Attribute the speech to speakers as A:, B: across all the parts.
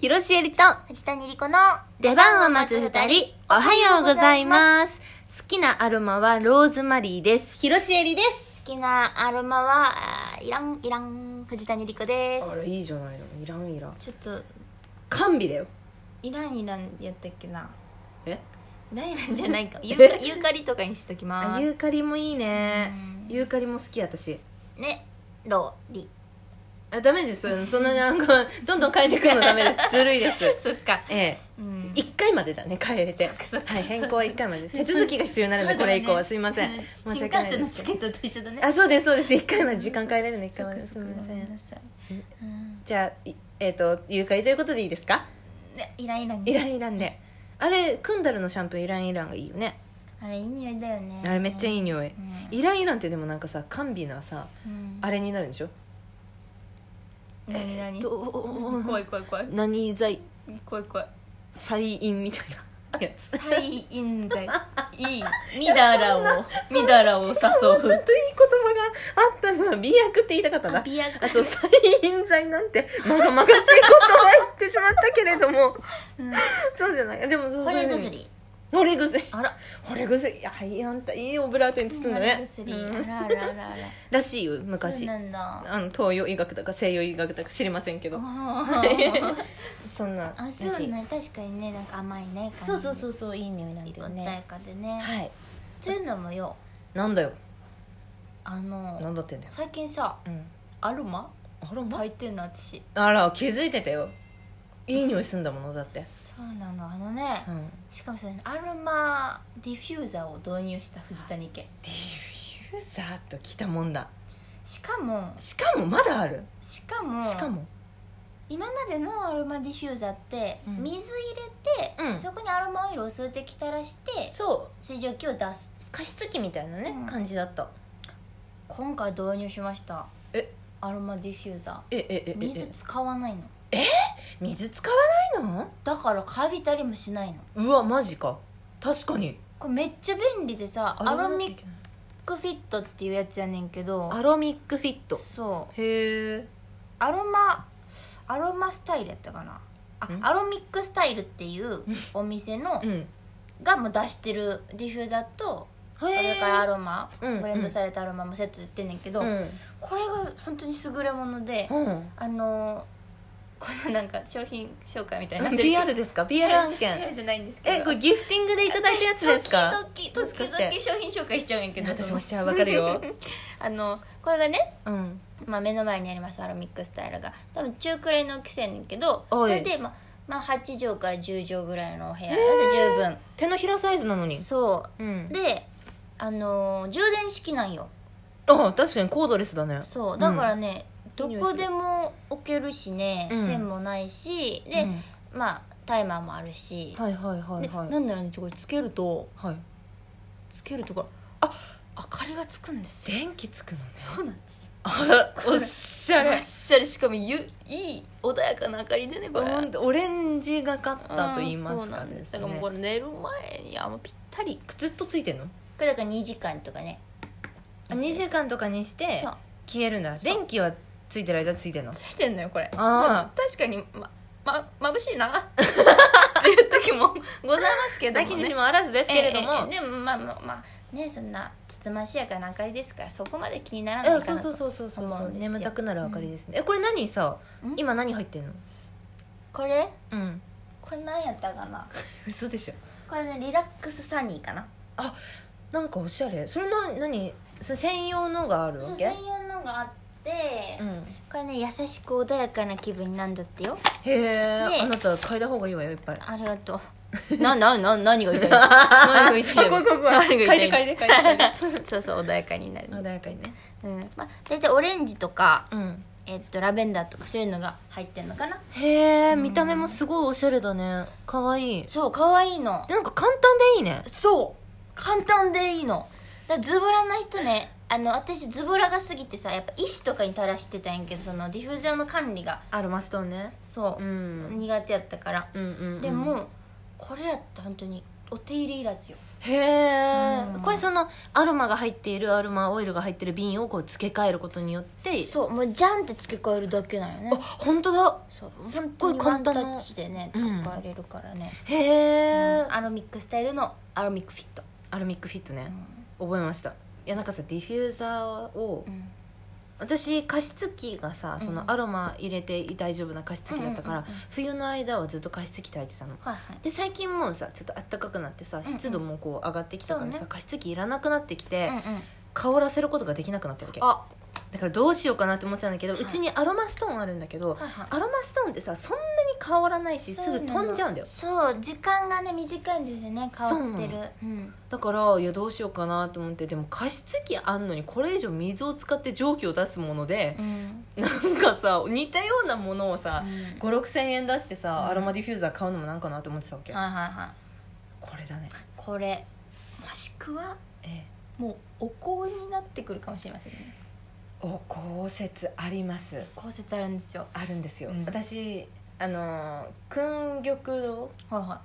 A: 広しえりと
B: 藤谷莉子の
A: 出番を待つ二人、おはようございます。好きなアロマはローズマリーです。広しえりです。
B: す好きなアロマはあーいらんいらん藤谷莉子で
A: あれいいじゃないの。いらんいらん。
B: すちょっと
A: 甘美だよ。
B: イランイランやったっけな
A: え
B: イランイランじゃ ないかユーカユーカリとかにしときま
A: あ、
B: す
A: ユーカリもいいね
B: うん。
A: ユーカリも好き私。
B: ねロリ
A: あ、ダメです。そんそんななんか、 どんどん変えていくのダメです。ずるいです。
B: そっか
A: ええ。
B: うん
A: 一回までだね変えれて
B: そっかそっか
A: はい変更は一回までです手続きが必要になるのでこれ以降はすいません
B: うん
A: 申し訳
B: 新幹
A: ない
B: 線の
A: で
B: チ
A: す
B: ケットと一緒だね
A: あそうですそうです一回まで時間変えられるの一
B: そ
A: 回ま
B: っか
A: で
B: そっ
A: で
B: か
A: すみませ
B: ごめなんさいうん
A: じゃあいえっ、とユーカリということでいいですか
B: ねイランイラン
A: イランイランであれクンダルのシャンプーイランイランがいいよね
B: あれいい匂いだよね
A: あれめっちゃい
B: い、
A: い匂い
B: うん
A: イランイランってでもなんかさ甘美なさ
B: うん
A: あれになるんでしょ
B: 何何
A: ど
B: 怖い怖い怖い
A: 何剤
B: 怖い 怖い
A: 再飲みたいなやつ
B: 再印罪いいみだらをみだらを誘
A: ちょっ
B: う
A: といい言葉があったな美薬って言いたかったな
B: 美薬
A: あそう再印罪なんてまがまがしい言葉言ってしまったけれども、
B: うん
A: そうじゃないでもそう
B: これ
A: そういう
B: 薬
A: の惚れ薬
B: あら
A: 惚れ薬あいいあんたいいオブラートに包んだね
B: 薬
A: う
B: あ
A: ん
B: らあらあらあら
A: らしいよ
B: そう
A: 昔
B: なんだ
A: あの東洋医学だか西洋医学だか知りませんけど
B: あ
A: そんな
B: ーあ
A: らし
B: そう
A: い
B: ね確かにねなんか甘いね
A: そうそうそううそういい匂いなんだよ
B: 穏や
A: ね
B: かでね
A: はい
B: というのもよ
A: なんだよ
B: あ
A: な
B: の
A: んだってんだよ
B: 最近さ
A: うん
B: アロマ
A: あらま
B: 炊いてんの私
A: あら気づいてたよいい匂いすんだものだって
B: そうなのあのね
A: うん
B: しかもそれアロマディフューザーを導入した藤谷家
A: ディフューザーときたもんだ
B: しかも
A: しかもまだある
B: しかも
A: しかも
B: 今までのアロマディフューザーって、
A: うん
B: 水入れて、
A: うん
B: そこにアロマオイルを数滴垂らして
A: そう
B: 水蒸気を出す
A: 加湿器みたいなね、
B: うん
A: 感じだった
B: 今回導入しました
A: え
B: アロマディフューザ
A: えええ
B: ー水使わないの
A: 水使わないの
B: だからカビたりもしないの
A: うわマジか確かに
B: これめっちゃ便利でさアロミックフィットっていうやつやねんけど
A: アロミックフィット
B: そう
A: へえ
B: アロマアロマスタイルやったかなあ
A: ん
B: アロミックスタイルっていうお店の
A: うん
B: がもう出してるディフューザーと
A: へ
B: それからアロマ、
A: うん
B: ブレンドされたアロマもセットで売ってんねんけど、
A: うん、
B: これが本当に優れもので、
A: うん
B: あのこのなんか商品紹介みたいになってる
A: PR です か PR 案件
B: PR じゃないんですけど
A: えこれギフティングでいただいたやつですか
B: 私時
A: も
B: 々
A: し
B: 時
A: かして
B: 々商品紹介しちゃうんやけど
A: 私もしちゃうわかる よ
B: あのこれがね、
A: うん
B: まあ、目の前にありますアロミックスタイルが多分中くらいの大きさやねんけどこ
A: おい
B: れでまあまあ、8畳から10畳ぐらいのお部屋まで十
A: 手のひらサイズなのに
B: 分そううんであのー充電式なんよ
A: あ確かにコードレスだね
B: そうだからね、どこでも置けるしね、
A: うん
B: 線もないし
A: うん
B: で、
A: うん
B: まあタイマーもあるし、
A: はいはいはい
B: で
A: はい
B: なんだろうねこれつけると
A: はい
B: つけるとこあ明かりがつくんですよ
A: 電気つくの
B: そうなんです
A: あらおっしゃ
B: お
A: れ
B: っしゃれしかもゆいい穏やかな明かりでねこれ
A: ほんとオレンジがかっ
B: うん
A: たと言いま
B: そう
A: す
B: な
A: か
B: んです
A: ね
B: だからもうこれ寝る前にあもうぴったりこ
A: ずっとついてんの
B: れだから2時間とかね
A: あ2時間とかにして
B: そう
A: 消えるんだ
B: そう
A: 電気はついてる間ついてんの
B: ついてんのよこれ
A: あ
B: そう確かにまま眩しいなっていう時もございますけど
A: 泣き
B: もね
A: にしもあらずですけれども
B: ええええでもまあまあまあねそんなつつましやかな明かりですからそこまで気にならないか
A: え
B: なと
A: そうそうそうそうそう
B: 思
A: そ
B: うん
A: う
B: ですよ
A: 眠たくなる明かりですねえこれ何さ
B: ん
A: 今何入ってんの
B: これ
A: うん
B: これ何やったかな
A: 嘘でしょ
B: これねリラックスサニーかな
A: なんかおしゃれそれな何それ専用のがあるわ
B: そう
A: け
B: 専用のがあって、
A: うん
B: これね優しく穏やかな気分になんだってよ
A: へえ
B: ね
A: あなた嗅いだ方がいいわよいっぱい
B: ありがとう ななな何が言いたい の何が言いたいの
A: あ怖い怖い怖い
B: 何が言いた
A: 嗅いで嗅いで嗅いで
B: の そうそう穏やかになる
A: 穏やかにね
B: うんまあ、大体オレンジとか、
A: うん
B: えっと、ラベンダーとかそういうのが入ってんのかな
A: へえ見た目もすごいおしゃれだねかわいい
B: そう可愛いの
A: なんか簡単でいいね
B: そう簡単でいいのだからズボラな人ねあの私ズボラが過ぎてさやっぱ石とかに垂らしてたんやけどそのディフューザーの管理が
A: アロマストーンね
B: そうう、
A: ん
B: 苦手やったから、
A: うんうんうん
B: でもこれやったら本当にお手入れいらずよ
A: へへえ、
B: うん
A: これそのアロマが入っているアロマオイルが入ってる瓶をこう付け替えることによって
B: そうもうジャンって付け替えるだけなんよ
A: あ
B: ね
A: 本当だ
B: そう
A: すっご
B: 本当
A: い
B: に
A: 簡
B: ワ
A: 単
B: ン
A: な
B: タッチでね付け替えれるからね、
A: へえ、
B: アロミックスタイルのアロミックフィット、
A: アルミックフィットね、覚えましたいやなんかさディフューザーを、
B: うん
A: 私加湿器がさその
B: うん
A: アロマ入れて大丈夫な加湿器だったから、
B: うんうんうんうん
A: 冬の間はずっと加湿器炊いてたの
B: はいはい
A: で最近もうさちょっと暖かくなってさ
B: んうん
A: 湿度もこう上がってきたからさ、
B: そうね
A: 加湿器いらなくなってきて、
B: うんうん、
A: 香らせることができなくなったわけだ
B: あ
A: からどうしようかなって思ってたんだけど、
B: はいう
A: ちにアロマストーンあるんだけど、
B: はいはい
A: アロマストーンってさそんなに香らないしすぐ飛んじゃうんだよ
B: そう時間がね短いんですよね
A: そう
B: 変
A: な
B: わ
A: の
B: ってるうん
A: だからいやどうしようかなと思ってでも加湿器あんのにこれ以上水を使って蒸気を出すもので
B: う、ん
A: なんかさ似たようなものをさ、
B: う
A: 5
B: ん
A: 6 0 0円出してさ、
B: うん
A: アロマディフューザー買うのもなんかなと思ってたわけ、
B: はいはいはい
A: これだね
B: これもしくは
A: ええ
B: もうお香になってくるかもしれませんね
A: お降雪あります
B: 降雪あるんですよ
A: あるんですよ、
B: うん
A: 私あのー訓玉堂っ
B: はいは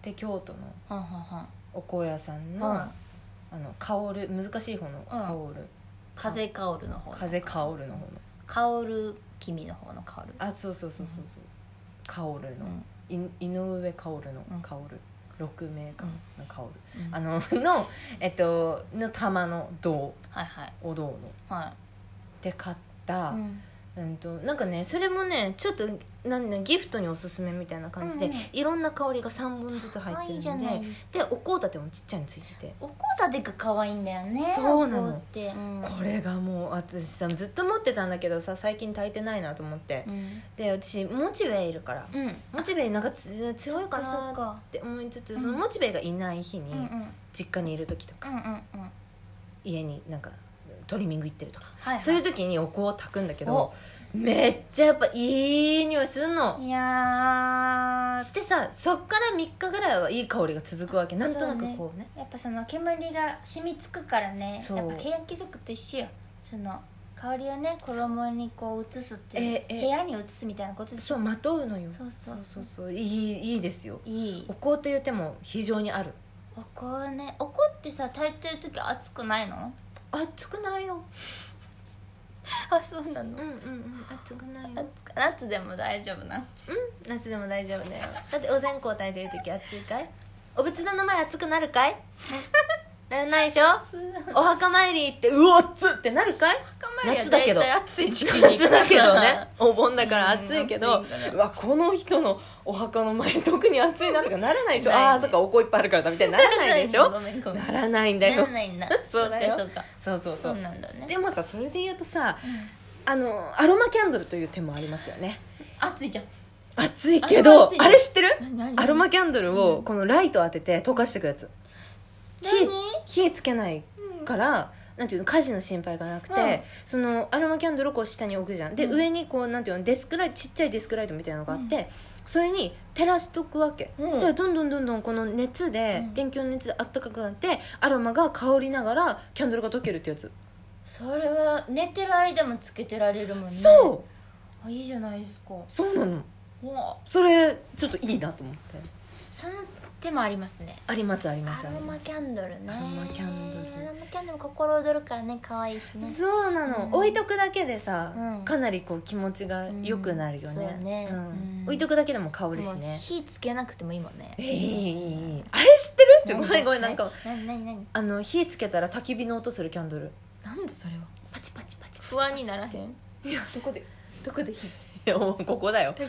A: て京都の
B: いはいは
A: お香屋さん
B: い
A: の、
B: はい、う
A: あ
B: ん、
A: の香る難しい方の香る、
B: 風香るの方
A: 風香るの方の
B: 香る君の方の香る
A: あそうそうそうそうそう香るの、
B: うん
A: い井上薫の
B: うん
A: 薫六名館の薫、
B: うん
A: あののえっとの玉の銅
B: はいはい
A: お銅の
B: は
A: で買った、
B: い、
A: う
B: うんん
A: となんかねそれもねちょっとなんだギフトにおすすめみたいな感じで、
B: うんうん
A: いろんな香りが3本ずつ入ってる
B: いい
A: の
B: じゃ
A: で
B: ないですか
A: でお香立てもちっちゃいのついてて、
B: おこたてが可愛いんだよね
A: そうなの
B: お香って、うん
A: これがもう私さずっと持ってたんだけどさ最近炊いてないなと思って、
B: うん、
A: で私モチベいるから、
B: うん、
A: モチベなんかつ強いか
B: そ
A: な
B: っ
A: っ
B: か
A: て思いつつ
B: うん
A: そのモチベがいない日に
B: うんうんうん
A: 実家にいる時とか、
B: うんうん
A: 家になんかトリミング行ってるとか、
B: はいはい
A: そういう時にお香を炊くんだけどめっちゃやっぱいい匂いするの
B: いやー
A: してさそっから3日ぐらいはいい香りが続くわけなんとなくこうね
B: やっぱその煙が染みつくからね
A: そう
B: やっぱ契約貴族と一緒よその香りをね衣にこう移すっていう
A: ええ
B: 部屋に移すみたいなことでし
A: そ
B: ょ
A: うまとうのよ
B: そうそう
A: そ
B: そうう
A: そういいいいですよ
B: いい
A: お香という手も非常にある
B: お香ねお香ってさ炊いてる時熱くないの
A: 熱くないよ
B: あそうな
A: うん
B: の
A: うんうん熱くないよ
B: 夏か夏でも大丈夫な
A: うん夏でも大丈夫 だよだってお線香炊いてる時暑いかいお仏壇の前暑くなるかい ならないでし ょお墓参り行ってうおっつってなるかい夏だけど
B: 暑い時期に
A: 夏
B: 行くから
A: だけどね お盆だから暑いけ
B: う
A: ど
B: ん暑いから
A: うわこの人のお墓の前特に暑いなとかならないでしょ、
B: ないね
A: ああそっかお香いっぱいあるからだみたいにならないでしょ
B: ごめんごめん
A: ならないんだよ
B: ならないんだ
A: そうだよ
B: そうか
A: そうそうそ
B: そううなんだね
A: でもさそれで言うとさ
B: うん
A: あのアロマキャンドルという手もありますよね
B: 暑いじゃん
A: 暑いけど
B: あれも暑い
A: あれ知ってる
B: 何何
A: アロマキャンドルをこのライト当てて溶かしていくやつ火
B: 何
A: 火つけないから、なんていうの火事の心配がなくて、
B: うん
A: そのアロマキャンドルをこう下に置くじゃんで、
B: うん
A: 上にこうなんていうのデスクライトちっちゃいデスクライトみたいなのがあって、それに照らしとくわけ、
B: うん
A: そしたらどんどんどんどんこの熱で、
B: うん
A: 電球の熱であったかくなってアロマが香りながらキャンドルが溶けるってやつ、
B: それは寝てる間もつけてられるもんね
A: そう
B: あいいじゃないですか
A: そうなの
B: うわ
A: それちょっといいなと思って
B: その手もありますね
A: ありますありま
B: ア
A: すあ
B: ロ
A: りま
B: マ
A: す
B: キャンドルね
A: アロマキャンドル
B: アロマキャンドル心躍るからね可愛いしね
A: そうなの、
B: うん
A: 置いとくだけでさ、
B: うん
A: かなりこう気持ちが良くなるよね,
B: うん
A: うん、
B: そうねうん
A: 置いとくだけでも香るし
B: もう
A: ね
B: 火つけなくてもいいもんね
A: えーいいいいいいあれ知ってるちょごめんごめんなんか
B: なになになに
A: あの火つけたら焚き火の音するキャンドル
B: なんでそれは
A: パチパチパチ
B: 不安にならへん
A: どこでどこで火ここだよこ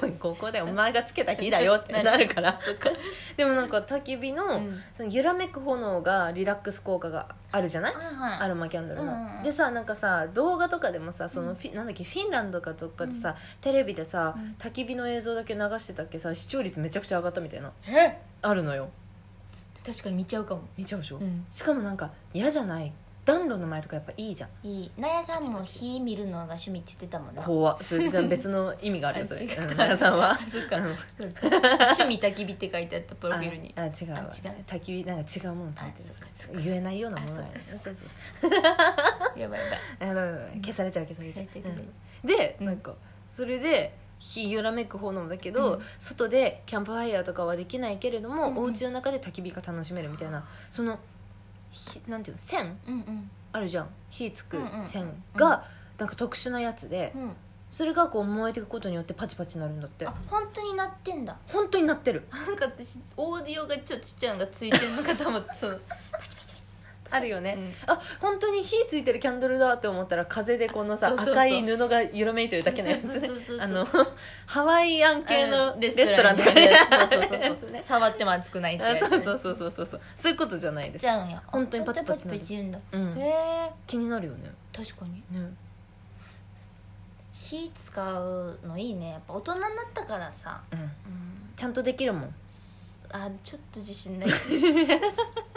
A: こここでお前がつけた火だよって なるからでもなんか焚き火の,、
B: うん
A: その揺らめく炎がリラックス効果があるじゃない
B: はい
A: ア
B: はい
A: ロマキャンドルの、
B: うんうん
A: でさなんかさ動画とかでもさそのフィ、なんだっけフィンランドかどっかでさ、テレビでさ、
B: うん
A: 焚き火の映像だけ流してたっけさ視聴率めちゃくちゃ上がったみたいな
B: え
A: あるのよ
B: 確かに見ちゃうかも
A: 見ちゃうでしょ、
B: うん
A: しかもなんか嫌じゃない暖炉の前とかやっぱいいじゃん
B: いいなやさんも火見るのが趣味って言ってたもんね
A: 怖っそれ全然別の意味があるよそれ
B: あ違った
A: うん奈良さんは
B: そっか
A: うん
B: 趣味焚き火って書いてあったプロフィールに
A: ああ違うわ
B: あ違う
A: 焚き火なんか違うもの炊いてる
B: あそっかそ
A: 言えないようなものだよね
B: あそっかそっかやばいやばい
A: あやばいやばい消されちゃう消されちゃう
B: 消されちゃう消されちゃう
A: うんで
B: うん
A: なんかそれで日揺らめく方なんだけど、
B: うん
A: 外でキャンプファイヤーとかはできないけれども、
B: うんうん
A: お家の中で焚き火が楽しめるみたいなそのひなんていうの線
B: うんうん
A: あるじゃん火つく
B: うんうん
A: 線がなんか特殊なやつで、
B: うん
A: それがこう燃えていくことによってパチパチなるんだって
B: あ本当になってんだ
A: 本当になってる
B: なんか私オーディオがちょっとちっちゃいのがついてるのかと思ってその パチパチパチ
A: あるよね、
B: うん
A: あ本当に火ついてるキャンドルだって思ったら風でこのさ
B: そうそうそう
A: 赤い布が揺らめいてるだけのやつね
B: そうそうそうそう
A: あのハワイアン系
B: あ
A: の
B: の
A: レストランと
B: と
A: か
B: か
A: で
B: で
A: そう
B: そうそう そう触っても熱くないってやつ
A: そうそうそうそうそうそうそういうことじゃないです
B: じゃうんや
A: 本当にパチパチなる
B: パチパチ言うんだ、
A: うん
B: へえ
A: 気になるよね
B: 確かに
A: ね
B: 火使うのいいねやっぱ大人になったからさ、
A: うん
B: うん、
A: ちゃんとできるもん
B: あちょっと自信ない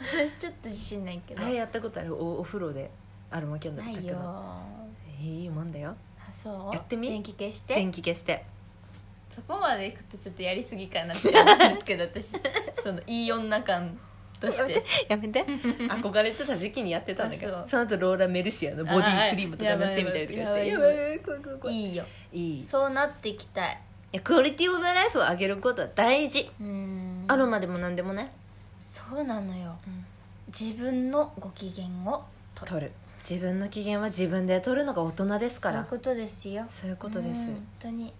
B: 私ちょっと自信ないけど
A: あれやったことあるおお風呂でアロマキャンドル
B: な
A: 焚
B: い
A: く
B: よ
A: のいいもんだよ
B: あそう
A: やってみ
B: 電気消して
A: 電気消して
B: そこまでいくとちょっとやりすぎかなって思うんです けど私そのいい女感として
A: や めて憧れてた時期にやってたんだけ
B: あ
A: ど
B: そう
A: その後ローラ・メルシアのボディクリームとか塗ってみたりとかして
B: やばいやばい
A: やばい怖い怖い怖い
B: いいよ
A: いい
B: そうなっていきたい
A: いやクオリティオブライフを上げることは大事
B: うん
A: アロマでも何でもね、
B: そうなのよ自分のご機嫌を取る
A: 取る自分の機嫌は自分で取るのが大人ですから
B: そういうことですよ
A: そういうことです
B: うん本当に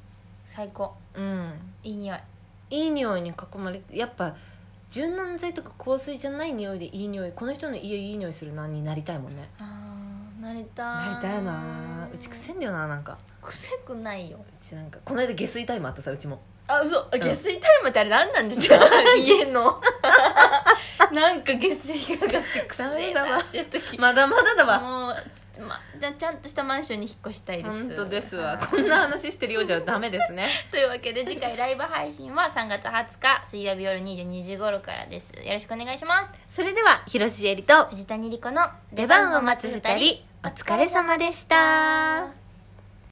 B: 最高
A: うん、
B: いい匂い
A: いい匂いに囲まれてやっぱ柔軟剤とか香水じゃない匂いでいい匂いこの人の家いい匂いするなになりたいもんね
B: あーなりたい
A: なりたいなうちくせんだよななんか
B: くせくないよ
A: うちなんかこの間下水タイムあったさうちも
B: あ嘘
A: 下
B: 水タイムってあれ何なんですか 家の なんか下水が上がってくせえなって時
A: まだまだだわ
B: もう、ま、ちゃんとしたマンションに引っ越したいです
A: 本当ですわこんな話してるようじゃダメですね
B: というわけで次回ライブ配信は3月20日水曜日夜22時頃からですよろしくお願いします
A: それでは広重絵里と
B: 藤谷莉子の
A: 出番を待つ二人お疲れ様でした